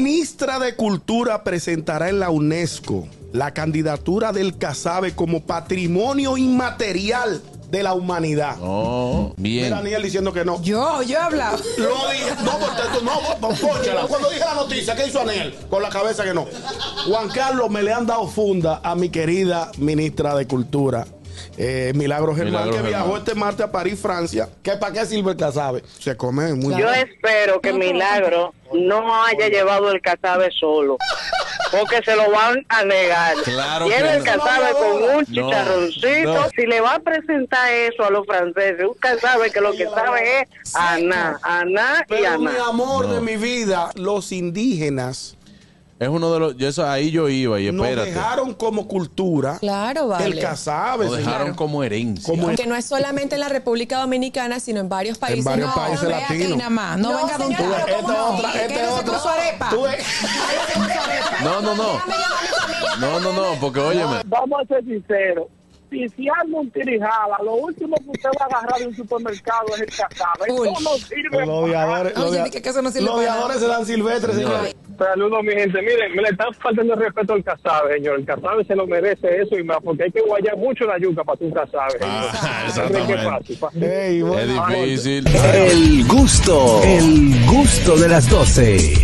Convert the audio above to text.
Ministra de Cultura presentará en la UNESCO la candidatura del Casabe como patrimonio inmaterial de la humanidad. Oh, bien. Mira, Daniel diciendo que no. Yo, yo he hablado. Lo dije. No, porque- no, no, no, pónchala. Cuando dije la noticia, ¿qué hizo Anel? Con la cabeza que no. Juan Carlos, me le han dado funda a mi querida ministra de Cultura. eh, Milagro Germán, Milagros que viajó Germán. este martes a París, Francia. ¿Qué para qué sirve el casabe? Se come muy Yo bien. espero que Milagro no haya llevado el casabe solo, porque se lo van a negar. Claro que Lleva el no. casabe con un No, chicharroncito. no. Si le va a presentar eso a los franceses, un casabe que lo que sabe es aná, aná y Pero mi aná. amor No. de mi vida, los indígenas Es uno de los. Yo eso, ahí yo iba y nos espérate. dejaron como cultura Claro, vale. el casabe. Lo dejaron señor. como herencia. Como- Porque no es solamente en la República Dominicana, sino en varios países. varios no, países no latinos. vea que hay nada más. No, venga de un Tú ves, tubo. esta es otra, esta es otra. Tú ves. No, no, no. No, no, no, porque óyeme. Vamos a ser sinceros. Si se arma un tirijala, lo último que usted va a agarrar de un supermercado es el casabe. Uy. Eso no Los sirve. para viadores, Oye, los via- dije que eso no sirve los para viadores se dan silvestres, señores. Saludos, mi gente. Miren, me le están faltando el respeto al casabe, señor. El casabe se lo merece eso y más, porque hay que guayar mucho la yuca para tu casabe. Ah, Qué fácil, fácil. Ey, bueno. Es difícil. El gusto, el gusto de las 12.